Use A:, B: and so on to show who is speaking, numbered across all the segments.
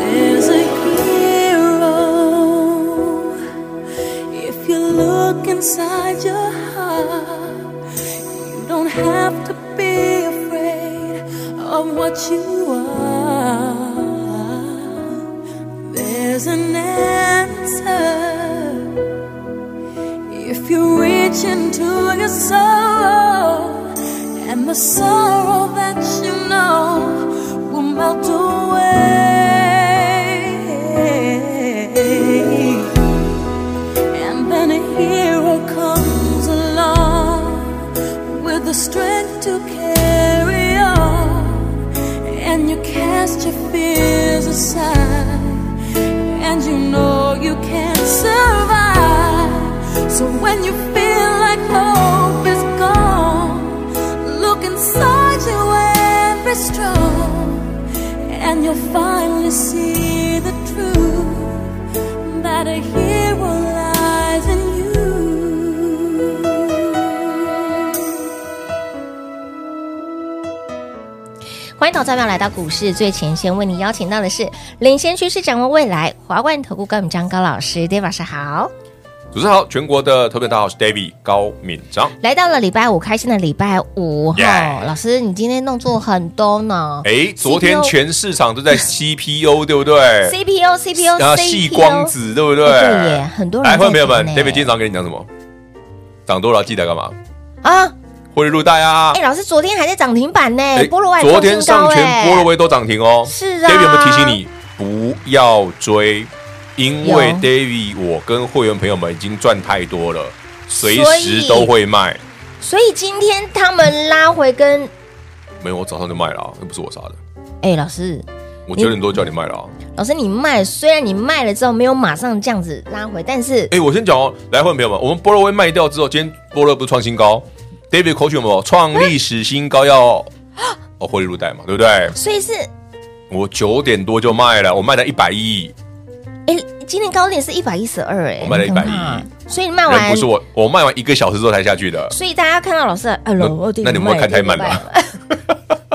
A: There's a hero. If you look inside your heart, you don't have to be afraid of what you are. There's an answer. If you reach into your soul, and the sorrow that you know will melt away. And then a hero comes along with the strength to carry on. And you cast your fears aside, and you know you can survive. So when you feel like hope is gone, look inside you and be strong, and you'll finally see the truth that a hero lies in you.
B: 欢迎投资朋友来到股市最前线，为你邀请到的是领先趋势、掌握未来华冠投顾高敏章高老师，David 老师好。
C: 主持人好，全国的投票大家好，我是 David 高敏章。
B: 来到了礼拜五，开心的礼拜五哈
C: Yeah
B: 老师，你今天动作很多呢。
C: 哎，昨天
B: CPU
C: 全市场都在 CPU，对不对？
B: CPU CPU
C: 然后
B: CPU
C: 哎细光子，对不对？
B: 哎对耶很多人
C: 来，
B: 在
C: 朋友们
B: 听呢
C: ，David 今天早上跟你讲什么？涨多了记得干嘛？
B: 啊！
C: 获利入袋啊
B: 哎、！老师，昨天还在涨停板呢，
C: 哎
B: 菠萝外
C: 昨天上全菠萝
B: 味
C: 威都涨停哦。
B: 是啊
C: David 有没有提醒你不要追？因为
B: 有
C: David 我跟会员朋友们已经赚太多了，随
B: 所以
C: 时都会卖。
B: 所以今天他们拉回跟
C: 没有，我早上就卖了、啊，又不是我杀的。
B: 哎、老师，
C: 我九点多叫你卖了、啊。
B: 老师你卖，虽然你卖了之后没有马上这样子拉回，但是
C: 哎、我先讲哦，来，会员朋友们，我们菠萝威卖掉之后，今天菠萝不是创新高，David 口讯有没有创历史新高要？哦，获利入袋嘛，对不对？
B: 所以是
C: 我九点多就卖了，我卖了一百亿，
B: 哎、今天高点是一百一十二哎，
C: 我卖了
B: 很可怕
C: 110
B: 所以你卖
C: 人
B: 完
C: 不是我，我卖完一个小时之后才下去的。
B: 所以大家看到老师，哎
C: 那
B: 呦，我
C: 那你有没有看太慢了？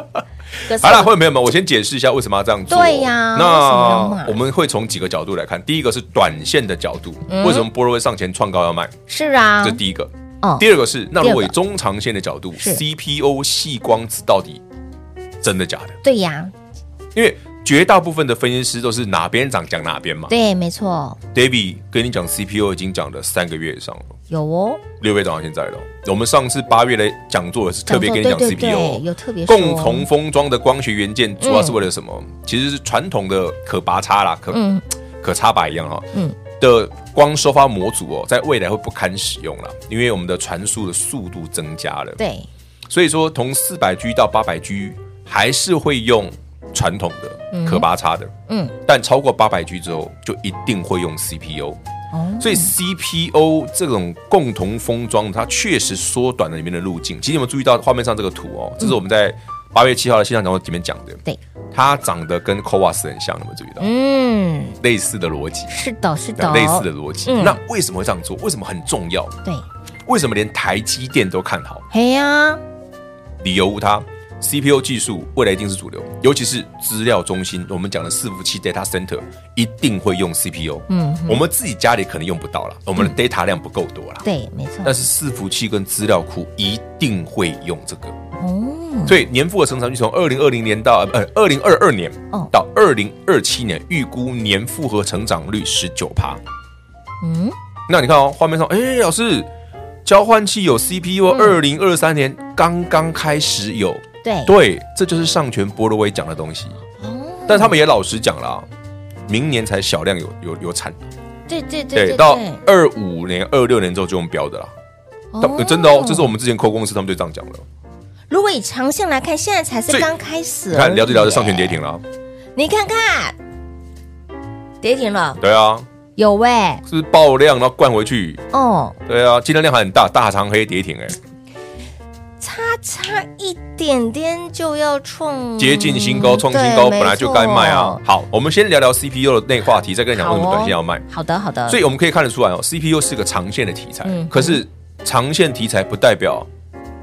B: 可是
C: 好了，会员朋友们，我先解释一下为什么要这样做。
B: 对呀为什么要
C: 那
B: 买
C: 我们会从几个角度来看，第一个是短线的角度，为什么波若会上前创高要卖？
B: 是嗯啊
C: 这，第一个。
B: 哦，
C: 第二个是，那如果
B: 第二
C: 以
B: 个
C: 中长线的角度
B: 是
C: ，CPO 细光子到底真的假的？
B: 对呀，
C: 因为绝大部分的分析师都是哪边涨讲哪边嘛。
B: 对，没错，
C: David 跟你讲 CPO 已经讲了三个月以上了，
B: 有哦，
C: 六月涨到现在了。我们上次八月的讲座也是特别跟你讲
B: 对对对
C: CPO，
B: 有特别说
C: 哦共同封装的光学元件主要是为了什么？其实是传统的可拔插啦，可、
B: 嗯
C: 可插拔一样哈、
B: 嗯
C: 的光收发模组哦，在未来会不堪使用了，因为我们的传输的速度增加了。
B: 对，
C: 所以说，从四百 G 到八百 G 还是会用传统的可拔插的，
B: 嗯，
C: 但超过八百 G 之后，就一定会用 CPU。
B: 哦，
C: 所以 CPO 这种共同封装，它确实缩短了里面的路径。其实你们注意到画面上这个图哦，
B: 嗯
C: 这是我们在八月七号的线上讲座里面讲的，
B: 对，
C: 它长得跟 CoWAS 很像，你们注意到
B: 嗯，
C: 类似的逻辑，
B: 是的，是的，
C: 类似的逻辑。
B: 嗯
C: 那为什么会这样做？为什么很重要？
B: 对，
C: 为什么连台积电都看好？
B: 嘿呀，
C: 理由无他，CPU 技术未来一定是主流，尤其是资料中心，我们讲的伺服器 data center 一定会用 CPU。
B: 嗯，
C: 我们自己家里可能用不到了，我们的 data 量不够多啦。
B: 对，没错
C: 但，是伺服器跟资料库一定会用这个，
B: 哦，
C: 所以年复合成长率从二零二零年到呃二零二二年
B: 哦
C: 到二零二七年，预估年复合成长率十九趴。
B: 嗯，
C: 那你看哦，画面上，哎、老师，交换器有 CPU，二
B: 嗯
C: 零二三年刚刚开始有，
B: 对，
C: 对，这就是上权波罗威讲的东西。
B: 哦，
C: 但他们也老实讲啦，明年才小量有有有产，
B: 对对对对，
C: 哎到
B: 对
C: 二呃五年、二六年之后就用标的啦。他
B: 哦
C: 真的哦，这是我们之前扣公司他们就这样讲了。
B: 如果以长线来看，现在才是啊
C: 所以
B: 刚开始。
C: 你看聊着聊着上权跌，停了，
B: 你看看跌停了，
C: 对啊，
B: 有喂、
C: 是不是爆量然后灌回去，
B: 哦，
C: 对啊，今天量还很大，大长黑跌停，哎，
B: 差差一点点就要创
C: 接近新高，创新
B: 嗯
C: 高，
B: 对
C: 本来就该卖啊
B: 没。
C: 好，我们先聊聊 CPU 的那个话题，再跟你
B: 错
C: 讲为什么短线要卖
B: 好。哦好的，好的，
C: 所以我们可以看得出来哦，CPU 是个长线的题材
B: 嗯，
C: 可是长线题材不代表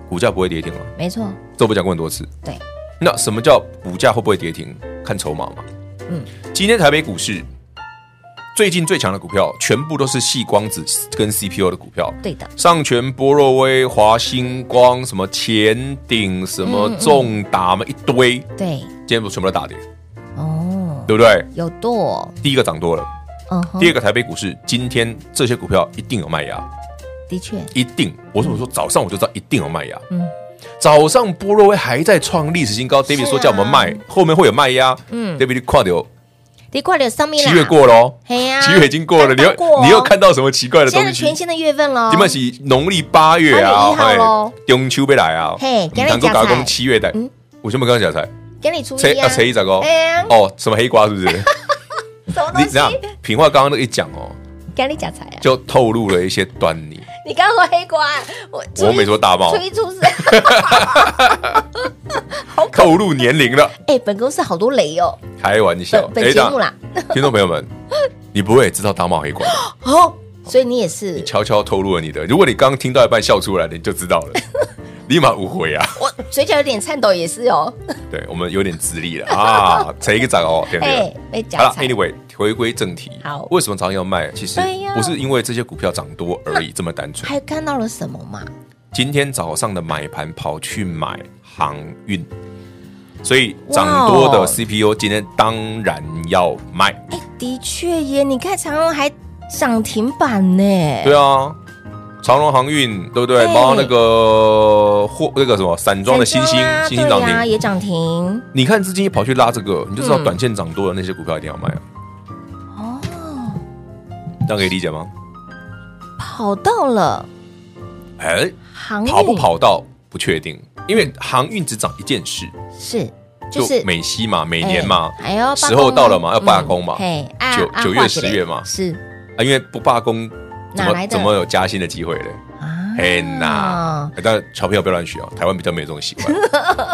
C: 股价不会跌停啊。
B: 没错，
C: 这我们讲过很多次。
B: 对，
C: 那什么叫股价会不会跌停？看筹码嘛。
B: 嗯，
C: 今天台北股市最近最强的股票，全部都是细光子跟 CPU 的股票。
B: 对的，
C: 上权、波若威、华星光、什么前鼎、什么
B: 嗯
C: 重达嘛，一堆，
B: 对，
C: 今天不全部都大跌，
B: 哦，
C: 对不对？
B: 有剁，
C: 第一个涨多了，
B: 嗯哼
C: 第，二个台北股市今天这些股票一定有卖压，
B: 的确，
C: 一定。我是我说早上我就知道一定有卖压，
B: 嗯，
C: 早上波若威还在创历史新高，David 说叫我们卖，后面会有卖压，
B: 嗯
C: 嗯，David 你跨掉
B: 你快点上面
C: 七
B: 啦，
C: 月，过喽，
B: 嘿呀，
C: 七月已经过了，你
B: 刚刚过
C: 又
B: 哦
C: 你又看到什么奇怪的
B: 现
C: 东
B: 在
C: 西
B: 全？新的月哦份喽，
C: 今麦是农历八月啊，
B: 八月一号咯
C: 中秋要来啊，
B: 嘿今天
C: 能够
B: 吃菜
C: 搞讲七月的
B: 嗯，
C: 我先不跟他讲才，
B: 给你出
C: 谁
B: 一
C: 啊
B: 啊，
C: 谁一咋个
B: 哎？呀，
C: 哦，什么黑 瓜是不是？
B: 什么
C: 你
B: 东
C: 这样
B: 西？
C: 品话刚刚那一讲哦，
B: 给你假财啊！
C: 就透露了一些端倪。
B: 你刚刚说黑瓜，我
C: 我没说大帽
B: 初，一初 四，
C: 透露年龄了，
B: 哎，本公司好多雷 哦，
C: 开玩笑
B: 本。本节目
C: 等一下
B: 啦，
C: 听众朋友们，你不会也知道大帽黑瓜，
B: 哦，所以你也是
C: 悄悄透露了你的。如果你刚刚听到一半笑出来了，你就知道 了，立马误会啊。
B: 我嘴角有点颤抖，也是哦，
C: 对我们有点资历了 啊，才一个涨哦，对不对
B: 哎？，被
C: 好
B: 假
C: 了
B: 财，
C: ，Anyway，回归正题。
B: 好
C: 为什么早上要卖？其实
B: 对呀
C: 不是因为这些股票涨多而已，这么单纯。
B: 还看到了什么嘛？
C: 今天早上的买盘跑去买航运，所以
B: 哇哦
C: 涨多的 CPU 今天当然要卖。
B: 哎，的确耶，你看长荣还涨停板呢，
C: 对啊，长荣航运对不对？
B: 哎对
C: 包括那个货那个什么散装的星星
B: 散装啊，
C: 星星涨
B: 对呀
C: 停。
B: 也涨停
C: 你看资金一跑去拉这个，你就知道
B: 嗯
C: 短线涨多的那些股票一定要卖啊，
B: 哦，
C: 这样可以理解吗？
B: 跑到了
C: 哎，
B: 航运，
C: 跑不跑到不确定，因为航运只涨一件事，
B: 是就
C: 就是美西嘛，每年嘛，
B: 哎哎呦，罢工
C: 时候到了嘛
B: 啊
C: 要罢工嘛
B: 嗯嘿，啊
C: 九
B: 啊
C: 九月
B: 化学嘞
C: 十月嘛
B: 是
C: 啊，因为不罢工，怎
B: 哪来
C: 么
B: 的
C: 怎么有加薪的机会嘞？
B: 啊，
C: 哎呐，哎但小朋友不要乱学啊，台湾比较没有这种习惯，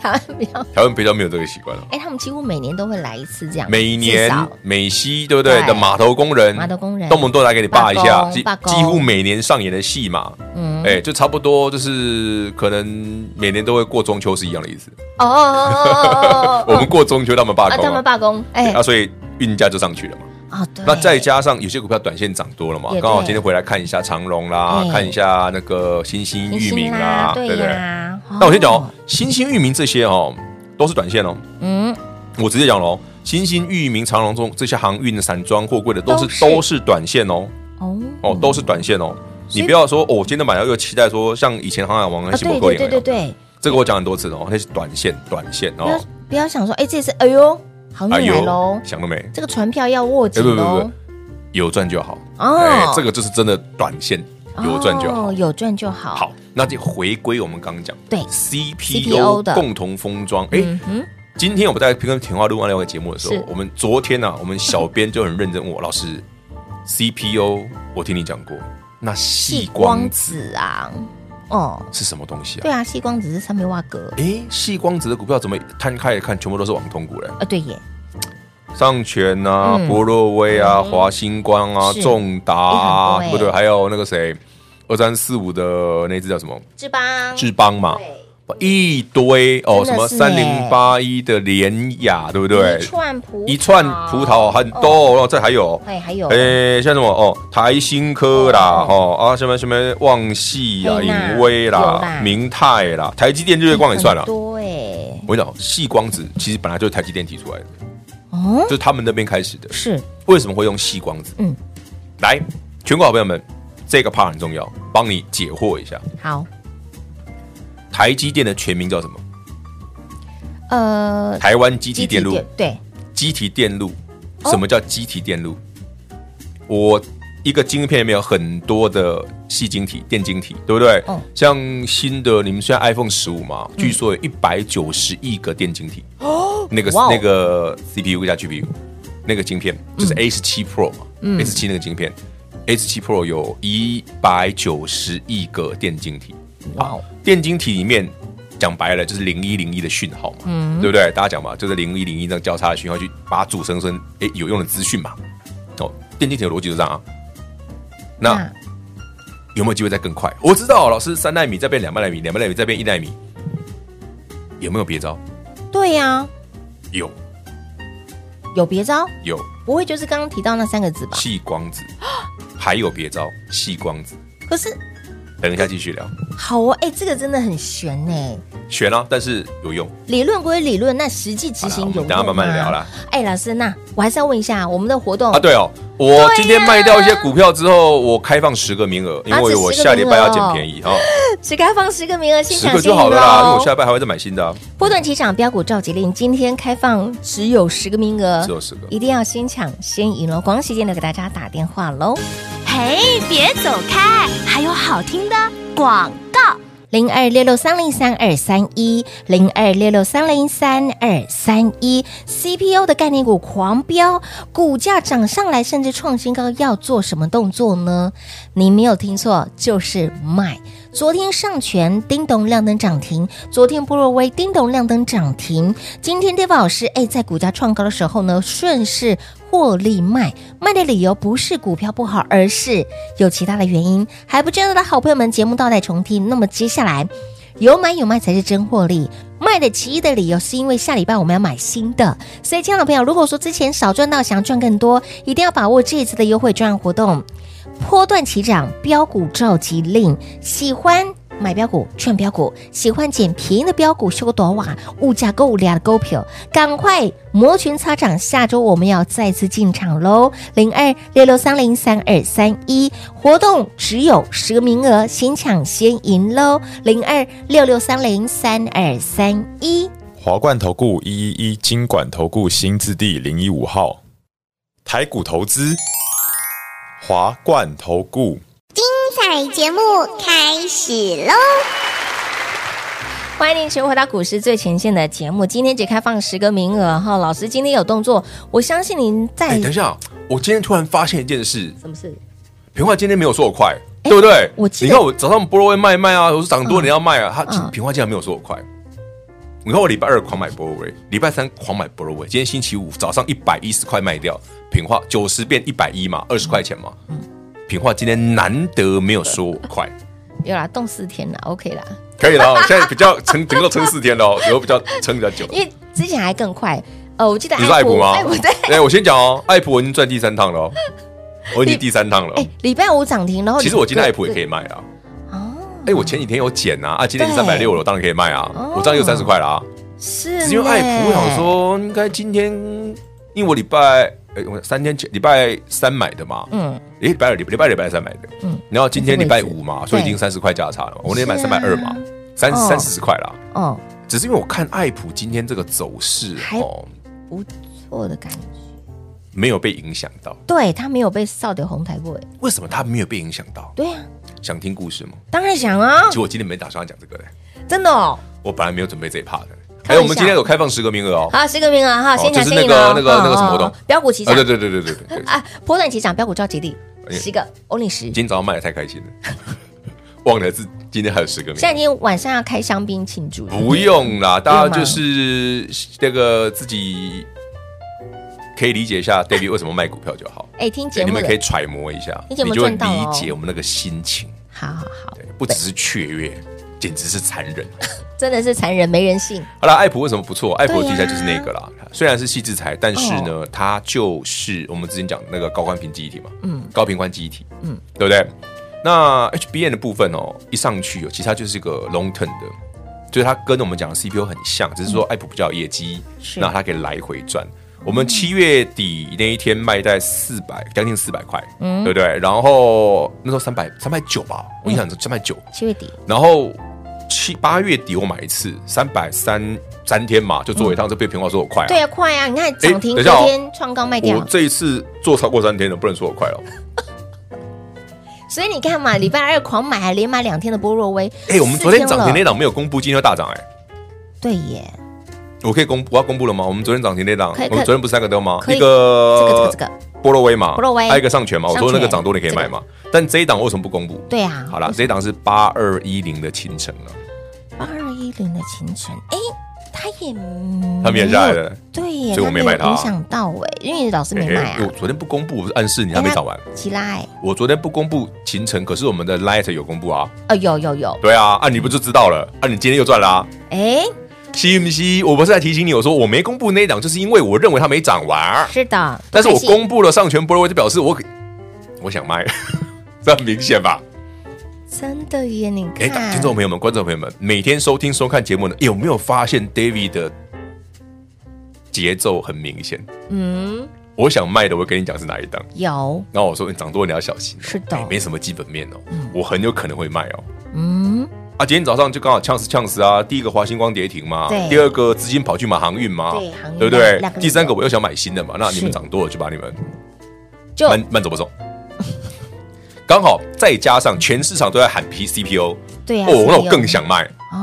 B: 台湾比较，
C: 台湾比较没有这个习惯了。
B: 哎，他们几乎每年都会来一次这样，
C: 每
B: 至
C: 年
B: 少
C: 美西对不对
B: 对
C: 的码头工人，
B: 码头工人
C: 动不动来给你罢一
B: 罢
C: 下，
B: 工
C: 几
B: 罢工
C: 几乎每年上演的戏嘛，
B: 嗯，
C: 哎，就差不多就是可能每年都会过中秋是一样的意思。
B: 哦哦哦哦哦哦
C: 我们过中秋他们罢
B: 啊，
C: 工
B: 他们
C: 啊，
B: 罢工，哎
C: 啊，，所以运价就上去了嘛。
B: 哦，对，
C: 那再加上有些股票短线涨多了嘛
B: 也，对
C: 刚好今天回来看一下长荣啦
B: 哎，
C: 看一下那个新兴
B: 明
C: 域
B: 星
C: 名
B: 啦
C: 啦，，
B: 啊对
C: 不对？
B: 呀，
C: 那我先讲哦，新兴域名这些哦，都是短线哦。
B: 嗯，
C: 我直接讲哦喽，新兴域名、长荣中这些航运、散装、货柜的都
B: 都
C: 是
B: 是
C: 都是短线哦，
B: 哦，
C: 哦，都是短线哦。
B: 以
C: 你不要说哦，今天买了又期待说像以前航海王
B: 啊，
C: 跟西
B: 对
C: 伯哥
B: 对
C: 一
B: 对
C: 样
B: 对，对，
C: 哦这个我讲很多次哦，那是短线，短线
B: 不
C: 哦哎
B: 要。不要想说，哎，这次哎呦，航运来喽，
C: 想得美，
B: 这个船票要握紧
C: 哎不不
B: 哦
C: 不，有赚就好。哎
B: 哦，，
C: 这个就是真的短线，有赚就好
B: 哦。有赚就好，
C: 好，那就回归我们刚刚讲
B: 对 CPO
C: CPO
B: 的
C: 共同封装。哎、
B: 嗯哼，
C: 今天我们在跟田花录完那个节目的时
B: 是
C: 候，我们昨天呢、啊，我们小编就很认真问我老师，CPO 我听你讲过，那细
B: 细
C: 光
B: 光
C: 子
B: 子啊，哦，
C: 是什么东西啊
B: 对？啊，细光子是上面挖格，
C: 哎，细光子的股票怎么摊开来看，全部都是网通股嘞？
B: 啊，对耶，
C: 上权啊、
B: 嗯
C: 波若威啊、华星光啊、
B: 是
C: 重达啊，
B: 也
C: 对
B: 很
C: 不
B: 多欸
C: 对？还有那个谁，二三四五的那只叫什么？
B: 志邦，
C: 志邦嘛，
B: 对
C: 一堆哦，什
B: 真的
C: 么
B: 是
C: 三
B: 耶
C: 零八一的联雅，对不对
B: 一？串葡
C: 一串葡萄很多，
B: 哦，
C: 哦，这还有，
B: 哎，还有
C: 诶，像什么哦，台新科啦，哦啊，什么什么旺系啊，
B: 嘿啦
C: 影威
B: 有
C: 啦
B: 啦，
C: 明泰啦，台积电、日月光也算了
B: 很。多哎，
C: 我跟你讲，细光子其实本来就是台积电提出来的，
B: 哦，
C: 就是他们那边开始的。
B: 是
C: 为什么会用细光子？
B: 嗯，
C: 来，全国好朋友们，这个 part 很重要，帮你解惑一下。
B: 好，
C: 台积电的全名叫什么？
B: 呃，
C: 台湾机体电路。
B: 对，
C: 机体电路，
B: 哦
C: 什么叫机体电路？我一个晶片里面有很多的细晶体、电晶体，对不对？
B: 哦
D: 嗯
C: 像新的你们现在 iPhone 十五嘛，据说有一百九十亿个电晶体，那个
B: 哇嗯哦
C: 那个 CPU 加 GPU 那个晶片就是
B: 嗯
C: A 十七 Pro 嘛、a 十七那个晶片，A 十七 Pro 有一百九十亿个电晶体，
B: 哇哦，
C: 电晶体里面讲白了就是零一零一的讯号嘛，
B: 嗯
C: 对不对？大家讲嘛，就是零一零一这样交叉的讯号去把它组成成诶有用的资讯嘛。哦，电晶体的逻辑就这样啊。那、
D: 那
C: 有没有机会再更快？我知道老师三纳米再变两纳米，两纳米再变一纳米，有没有别招？
B: 对呀、
C: 有
B: 有别招，
C: 有，
B: 不会就是刚刚提到那三个字吧？
C: 细光子，还有别招，细光子。
B: 可是
C: 等一下继续聊，
B: 好哦，哎、这个真的很悬呢、
C: 悬啊，但是有用。
B: 理论归理论，那实际执行有
C: 好啦我们等一下
B: 用
C: 慢慢
B: 吗
C: 聊啦。
B: 哎、老师，那我还是要问一下我们的活动
C: 啊，对哦，我今天卖掉一些股票之后，我开放啊十个名额，因为我下礼拜要捡便宜哈，
B: 只开放十个名额，先
C: 十
B: 抢
C: 个
B: 先
C: 就
B: 赢
C: 好了啦，因为
B: 喽
C: 我下礼拜还会再买新的啊，
B: 波段起涨标股召集令今天开放只有十个名额，
C: 只有十个。
B: 一定要先抢先赢喽！广喜间的给大家打电话喽，
E: 嘿，别走开，还有好听的广告。
B: 零二六六三零三二三一，零二六六三零三二三一，CPU 的概念股狂飙，股价涨上来甚至创新高，要做什么动作呢？你没有听错，就是买。昨天上权叮咚亮灯涨停，昨天波若威叮咚亮灯涨停，今天 David 老师哎在股价创高的时候呢，顺势获利卖，卖的理由不是股票不好，而是有其他的原因。还不知道的好朋友们，节目倒带重听。那么接下来有买有卖才是真获利。卖的其一的理由是因为下礼拜我们要买新的，所以亲爱的朋友，如果说之前少赚到，想要赚更多，一定要把握这一次的优惠专案活动。波段起涨，标股召集令，喜欢。买标股、赚标股，喜欢捡便宜的标股，修个短瓦，物价够俩的股票，赶快摩拳擦掌。下周我们要再次进场喽，零二六六三零三二三一，活动只有十个名额，先抢先赢喽，零二六六三零三二三一。
F: 华冠投顾一一一金管投顾新字第零一五号，台股投资，华冠投顾。
G: 彩节目开始喽！
B: 欢迎您持续回到股市最前线的节目。今天只开放十个名额哈，老师今天有动作，我相信您在、
C: 哎，等一下，我今天突然发现一件事，
B: 什么事？
C: 平花今天没有说我快，对不对？
B: 哎我记得
C: 你看我早上波罗威卖卖啊，我说涨多你要卖啊，他
B: 嗯
C: 平花竟然没有说我快。你看我礼拜二狂买波罗威，礼拜三狂买波罗威，今天星期五早上一百一十块卖掉，平花九十变一百一嘛，二十块钱嘛。
B: 嗯
C: 平花今天难得没有说我快。
B: 有啦，动四天啦，OK 啦，
C: 可 以了哦，现在比较撑，能够撑四天了哦，以后比较撑比较久。
B: 因为之前还更快。呃，我记得
C: 你说爱普吗？
B: 哎爱普对，
C: 哎，我先讲哦，爱普我已经赚第三趟了哦，我已经第三趟了哦。
B: 哎、礼拜五涨停，然后
C: 其实我今天爱
B: 礼
C: 普也可以卖啊。
B: 哦，
C: 哎，我前几天有减啊，啊，今天
B: 对
C: 三百六了，我当然可以卖啊
B: 哦，
C: 我这样又三十块了啊。
B: 是
C: 只有
B: 呢
C: 爱普，我想说应该今天，因为我礼拜哎，我三天前礼拜三买的嘛，
B: 嗯，
C: 哎，礼拜二礼礼拜二礼拜三买的，
B: 嗯
C: 嗯，然后今天礼拜五嘛，
B: 对
C: 所以已经三十块价差了嘛，我那天买
B: 是啊
C: 三百二嘛，三
B: 哦
C: 三四十块啦。
B: 哦，
C: 只是因为我看艾普今天这个走势
B: 还
C: 哦，
B: 不错的感觉，
C: 没有被影响到。
B: 对他没有被扫掉红台过，哎
C: 为什么他没有被影响到？
B: 对啊，
C: 想听故事吗？
B: 当然想啊
C: 其，实我今天没打算要讲这个嘞，
B: 真的哦，
C: 我本来没有准备这一 part 的。
B: 开玩笑
C: 哎，我们今天有开放十个名额哦。
B: 好，十个名额哈，先抢
C: 就是
B: 先
C: 那
B: 赢
C: 个
B: 哦
C: 那个那个什么
B: 哦
C: 活动
B: 哦哦标股起涨
C: 啊，对，对对对对对对，
B: 啊，波段起涨标股召集地
C: 哎
B: 十个，only 十。
C: 今天早上卖的太开心了， 忘了是今天还有十个名
B: 现在已
C: 额。
B: 经晚上要开香槟庆祝了，
C: 不用啦，
B: 不用啊吗
C: 大家就是那个自己可以理解一下 David 为什么卖股票就好，
B: 哎，听
C: 对
B: 节
C: 你
B: 目
C: 们
B: 的
C: 可以揣摩一下，
B: 你有没有
C: 就会
B: 赚到哦
C: 理解我们那个心情。
B: 好好好
C: 对，，不只是雀跃，简直是残忍。
B: 真的是残忍没人性，
C: 好了，艾普为什么不错？艾普的
B: 对呀
C: 题材就是那个啦，虽然是细制裁，但是呢，它就是我们之前讲那个高宽频记忆体嘛，嗯，高频宽记忆体，嗯，对不对？那 HBN 的部分哦，一上去哦，其实它就是一个 long term 的，就是它跟我们讲的 CPU 很像，只是说艾普比较有业绩，
B: 是
C: 那它可以来回赚。我们七月底那一天卖在四百，将近四百块，嗯，对不对？然后那时候三百三百九吧，我印象中三百九，
B: 七月底
C: 然后七八月底我买一次，三百三三天嘛，就做一趟，这被平话说我快啊。
B: 对啊，快啊！你看涨停
C: 哎等
B: 隔
C: 一下哦
B: 天创高卖
C: 我
B: 掉，
C: 这一次做超过三天了，不能说我快了。
B: 所以你看嘛，礼拜二狂买，还连买两天的波若威。
C: 哎，我们昨天涨停那
B: 了，
C: 档没有公布，今天又大涨哎、
B: 对耶，
C: 我可以公布，我要公布了吗？我们昨天涨停那档，
B: 可以
C: 我们昨天不是三个都吗？
B: 可以
C: 一个
B: 这个这个这个，
C: 波洛威嘛，
B: 波洛威
C: 还有一个上权嘛，我说
B: 上
C: 那个
B: 权
C: 涨多你可以买嘛，但这一档为什么不公布？
B: 对啊，
C: 好啦，这一档是八二一零的秦城啊了，
B: 八二一零的清晨，哎，他也
C: 他们也下来了，
B: 对耶，
C: 所以我没
B: 有
C: 买它啊
B: 影响到哎，因为老师没买
C: 嘿嘿
B: 啊
C: 我，昨天不公布，我不是暗示你还没涨完。
B: 奇拉哎，
C: 我昨天不公布秦城，可是我们的 Light 有公布啊。
B: 哦有有有，
C: 对啊，啊你不就知道了？啊你今天又赚啦、啊，
B: 哎，
C: 是不是？我不是在提醒你，我说我没公布那一档，就是因为我认为它没涨完，
B: 是的，
C: 但是
B: 不
C: 我
B: 开心
C: 公布了上权波罗威，就表示我可我想卖， 这很明显吧？
B: 真的耶，你
C: 哎、
B: 看，
C: 听众朋友们、观众朋友们，每天收听、收看节目呢，有没有发现 David 的节奏很明显？
B: 嗯，
C: 我想卖的，我跟你讲是哪一档。
B: 有，
C: 然后我说，你涨多你要小心哦、
B: 是的
C: 哎没什么基本面哦，我很有可能会卖哦。
B: 嗯，
C: 啊，今天早上就刚好呛死呛死啊！第一个华星光跌停嘛
B: 对，
C: 第二个资金跑去买航运嘛，
B: 对航运
C: 对不
B: 两
C: 对
B: 两个？
C: 第三个我又想买新的嘛，那你
B: 是
C: 们涨多了就把你们
B: 就
C: 慢慢走不走？刚好再加上全市场都在喊 P C P O，
B: 对啊，
C: 哦，那
B: 所以
C: 我
B: 有
C: 更想卖
B: 哦。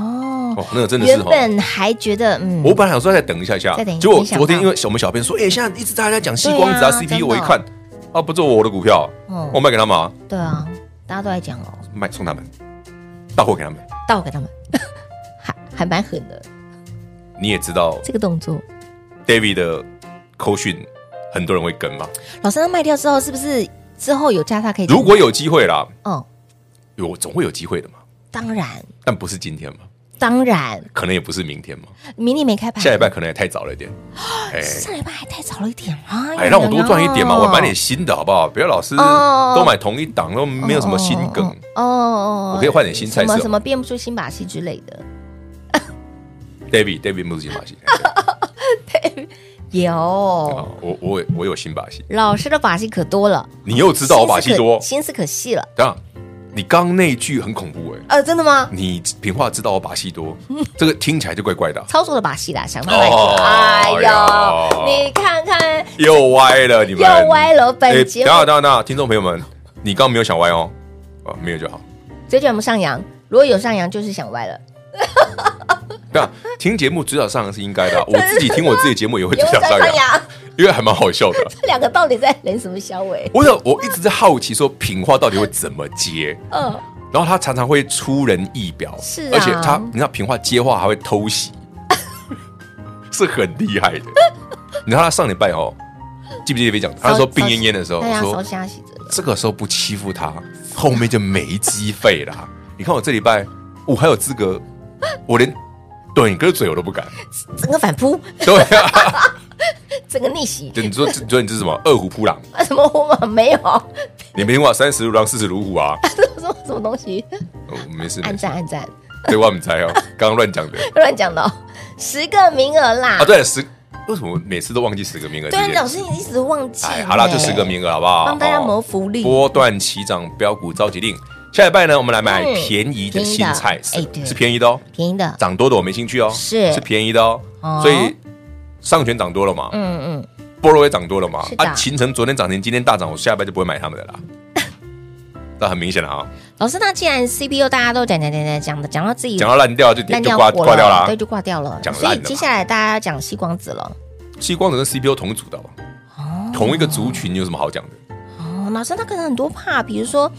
C: 哦，那个真的是
B: 原
C: 哦。
B: 本还觉得嗯，
C: 我本来想说再等一下下
B: 再等一，下
C: 结果
B: 没想到
C: 昨天因为我们小编说，哎，现在一直大家讲吸光子
B: 对
C: 啊
B: 啊
C: C P，
B: 真的
C: 我一看啊，不做我的股票
B: 嗯，
C: 我卖给他们啊，
B: 对啊，大家都在讲哦，
C: 卖送他们，到货给他们。
B: 倒给他们， 还还蛮狠的
C: 你也知道
B: 这个动作。
C: David 的扣讯，很多人会跟嘛。
B: 老师，他卖掉之后是不是之后有加他可以？
C: 如果有机会啦，
B: 哦，
C: 有总会有机会的嘛，
B: 当然
C: 但不是今天嘛，
B: 当然，
C: 可能也不是明天嘛，
B: 明年没开盘，
C: 下礼拜可能也太早了 一点。哎
B: 上礼拜还太早了一点啊！
C: 哎，让我多赚一点嘛，
B: 哎呦
C: 我买点新的好不好？不要老是
B: 哦
C: 都买同一档，都没有什么新梗。
B: 哦哦，
C: 我可以换点新菜
B: 什么
C: 色
B: 什么变不出新把戏之类的，
C: David David 不是新 把戏，
B: 有
C: 哦我我我有新把戏，
B: 老师的把戏可多了，
C: 你又知道我把戏多。
B: 心思可心思可细了。
C: 当然，你刚刚那一句很恐怖哎，
B: 呃，真的吗？
C: 你平话知道我把戏 多，这个听起来就怪怪的啊，
B: 操作的把戏啦，想办法做。
C: 哦
B: 哎呦，
C: 哎呦
B: 你看看
C: 又歪了你们，
B: 又歪了
C: 哎。
B: 本
C: 等一
B: 节
C: 下
B: 目
C: 等一下等一下，听众朋友们，你刚刚没有想歪哦，啊，没有就好。
B: 嘴角不上扬，如果有上扬就是想歪了，
C: 对啊，听节目嘴角上扬是应 该的啊，我自己听我自己节目也会嘴
B: 有
C: 角上扬，
B: 扬，
C: 因为还蛮好笑的啊。
B: 这两个到底在连什么小尾？
C: 我有我一直在好奇说品话到底会怎么接，
B: 嗯，
C: 然后他常常会出人意表，
B: 是啊
C: 而且他你知道品话接话还会 偷袭，是很厉害的。你知道他上礼拜哦，记不记得被讲？他说病恹恹的时候，
B: 大
C: 我
B: 家烧
C: 说
B: 香洗着的，
C: 这个时候不欺负他，后面就没机会啦。你看我这礼拜，我还有资格，我连怼个嘴我都不敢。
B: 整个反扑，
C: 对啊，
B: 整个逆袭，
C: 就你说你说你这是什么二虎扑狼？
B: 啊什么我没有，
C: 你没听过啊三十如狼，四十如虎啊？
B: 什么什么东西？
C: 哦没事，
B: 按
C: 没事
B: 赞按赞，
C: 对，我们猜哦，刚刚乱讲的。
B: 乱讲的哦，十个名额啦
C: 啊，。对了，十为什么每次都忘记十个名额？
B: 对啊，
C: 这件
B: 老师你一直忘记。
C: 哎，好啦，就十个，名额好不好？
B: 欸帮大家
C: 哦
B: 谋福利
C: 波段起涨标股召集令。下礼拜呢，我们来买
B: 嗯
C: 便宜的
B: 便宜
C: 新
B: 的
C: 菜
B: 哎
C: 色
B: 对，
C: 是便宜的哦，
B: 便宜的，
C: 涨多的我没兴趣哦，
B: 是
C: 是便宜的哦
B: 哦，
C: 所以上权涨多了嘛，
B: 嗯嗯，
C: 波罗也涨多了嘛
B: 是，的
C: 啊，秦城昨天涨停，今天大涨，我下礼拜就不会买他 们的啦。那很明显了啊，
B: 老师，那既然 CPU 大家都讲讲讲讲讲的，讲到自己
C: 讲到烂掉就点
B: 烂
C: 就
B: 掉
C: 挂
B: 火
C: 挂掉啦
B: 对，。就挂掉了。
C: 讲烂
B: 所以
C: 了嘛
B: 接下来大家要讲吸光子了。
C: 西光子跟 CPU 同组的哦，同一个族群有什么好讲的？
B: 哦，老师，那可能很多怕，比如说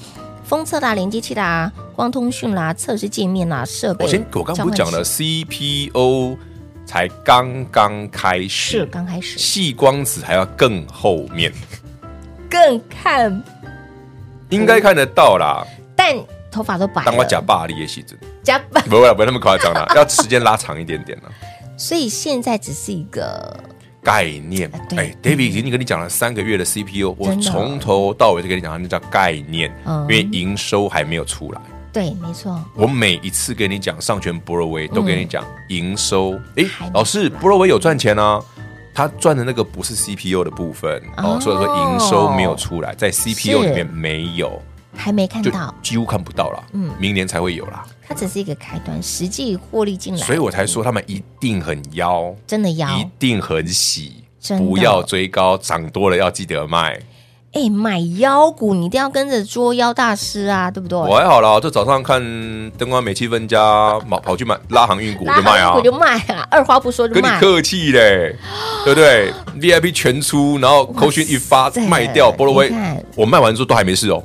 B: 封测啦、连接器啦、光通讯啦、测试界面啦、设备。
C: 我先，我刚不是讲
B: 交
C: 了
B: 换
C: ，CPO 才刚刚开
B: 是嗯
C: 始，
B: 刚开始，
C: 细光子还要更后面，
B: 更看，
C: 应该看得到啦。
B: 但头发都白了。
C: 当我假霸力也是真，
B: 假白，
C: 不会啦不会那么夸 张啦，要时间拉长一点点啦。
B: 所以现在只是一个
C: 概念
B: 啊，对
C: 哎，David 已经跟你讲了三个月的 CPU，我
B: 真的
C: 从头到尾就跟你讲，那叫概念，
B: 嗯
C: 因为营收还没有出来。
B: 对，没错，
C: 我每一次跟你讲上权博罗威，都跟你讲营收。诶，
B: 嗯还没
C: 老师，博罗威有赚钱啊？他赚的那个不是 CPU 的部分
B: 哦
C: 哦，所以说营收没有出来，在 CPU
B: 是
C: 里面没有，
B: 还没看
C: 就
B: 到，
C: 几乎看不到啦。
B: 嗯
C: 明年才会有啦，
B: 它只是一个开端，实际获利进来，
C: 所以我才说他们一定很妖，
B: 真的要
C: 一定很喜，
B: 真的
C: 不要追高，涨多了要记得卖。
B: 哎，买腰股你一定要跟着捉妖大师啊，对不对？
C: 我还好啦，就早上看灯光美气氛加，跑跑去买拉航运股就卖啊
B: 我，就卖啊，二话不说就
C: 跟你
B: 卖。
C: 客气嘞，对不对？VIP 全出，然后口讯一发
B: 塞
C: 卖掉，菠萝威
B: 你看，
C: 我卖完之后都还没事哦，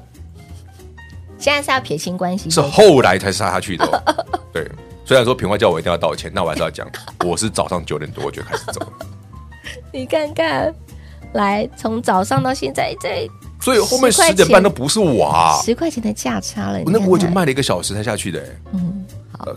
B: 现在是要撇清关系，
C: 是啊后来才杀下去的、哦。对，虽然说平花叫我一定要道歉，那我还是要讲，我是早上九点多就开始走了，
B: 你看看，来从早上到现在这
C: 所以后面
B: 10块
C: 十
B: 钱
C: 点半都不是我啊。
B: 十块钱的价差了，你
C: 那
B: 看
C: 我已经
B: 看
C: 卖了一个小时才下去的、欸，嗯，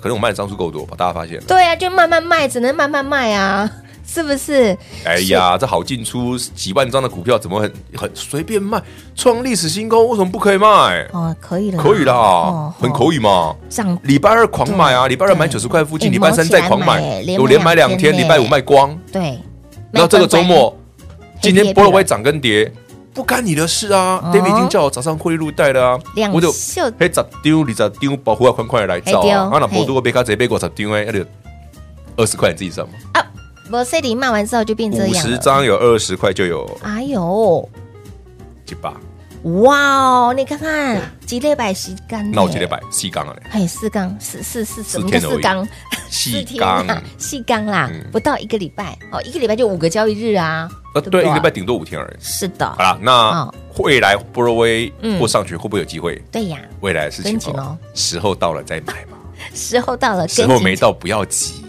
C: 可能我卖的张数够多，把大家发现了。
B: 对啊，就慢慢卖，只能慢慢卖啊，是不是？
C: 哎呀，这好进出几万张的股票，怎么很很随便卖？创历史新高，为什么不可以卖？
B: 哦，可以了，
C: 可以啦，
B: 哦
C: 很
B: 哦
C: 可以嘛。
B: 涨
C: 礼拜二狂买啊，
B: 对
C: 礼拜二买
B: 对
C: 九十块附近，
B: 哎
C: 礼拜三再狂
B: 毛起来买
C: 买
B: 连，买
C: 我连买两天，
B: 两天
C: 礼
B: 呢
C: 拜五卖光，
B: 对，
C: 然后这个周末，
B: 黑
C: 今
B: 贴
C: 天
B: 片
C: 菠萝威涨跟跌，不干你的事啊。
B: 哦
C: David 已经叫我早上汇入袋了啊，
B: 两
C: 我就
B: 袖
C: 嘿十丢，你十丢，保护要快快来照
B: 嘿对哦
C: 啊。啊，那博
B: 嘿
C: 多被卡直接被过十丢哎，那就二十块你自己算嘛，
B: 我 C 里卖完之后就变这
C: 五
B: 样
C: 十
B: 了。
C: 张有二十块就有
B: 哎呦，
C: 几把。
B: 哇哦！你看看，几列百十缸，
C: 那我今天，摆细缸了嘞，
B: 还有四缸，四四四什么叫
C: 天而已
B: 四缸？
C: 细缸
B: 缸啊，细缸啦
C: 嗯，
B: 不到一个礼拜哦，一个礼拜就五个交易日啊。
C: 呃，
B: 不
C: 对，一个礼拜顶多五天而已。
B: 是的
C: 好，啦，那
B: 哦
C: 未来波罗威
B: 嗯
C: 或上去会不会有机会？
B: 对呀，
C: 未来的事情
B: 跟紧哦，
C: 时候到了再买 嘛，
B: 时候到了，
C: 时
B: 跟
C: 候
B: 紧
C: 没到不要急。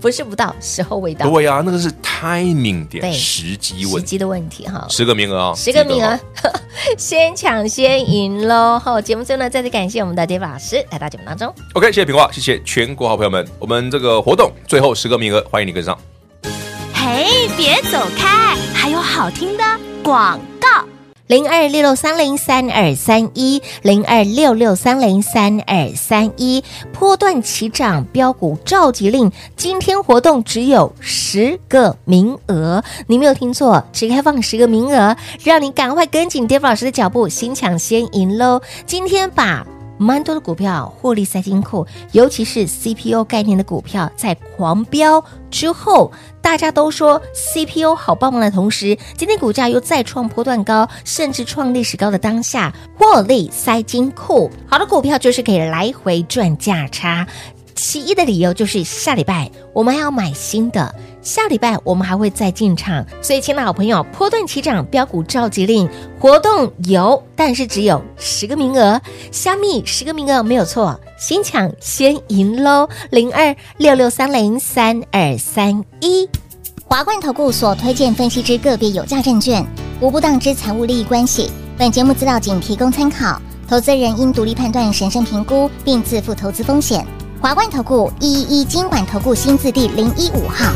B: 不是不到，时候未到，
C: 对呀，那个是 timing 点，
B: 对
C: 时机
B: 时
C: 问题，
B: 机的问题哈。
C: 十个名额啊，
B: 十个名额
C: 记得哦，
B: 先抢先赢喽！好，节目最后呢，再次感谢我们的 David 老师来到节目当中。
C: OK，谢谢平话，谢谢全国好朋友们，我们这个活动最后十个名额，欢迎你跟上。
G: 嘿，别走开，还有好听的广告。
B: 零二六六三零三二三一，零二六六三零三二三一，波段起涨标股召集令，今天活动只有十个名额，你没有听错，只开放十个名额，让你赶快跟紧 Dave 老师的脚步，先抢先赢喽！今天把蛮多的股票获利塞金库，尤其是 CPU 概念的股票在狂飙之后，大家都说 CPU 好棒棒的同时，今天股价又再创波段高，甚至创历史高的当下，获利塞金库。好的股票就是可以来回赚价差。其一的理由就是下礼拜我们还要买新的，下礼拜我们还会再进场。所以，亲爱的好朋友，波段起涨标股召集令活动有，但是只有十个名额，虾米十个名额没有错，先抢先赢喽！零二六六三零三二三一。
G: 华冠投顾所推荐分析之个别有价证券，无不当之财务利益关系。本节目资料仅提供参考，投资人应独立判断、审慎评估，并自负投资风险。华冠投顾一一一金管投顾新字第零一五号。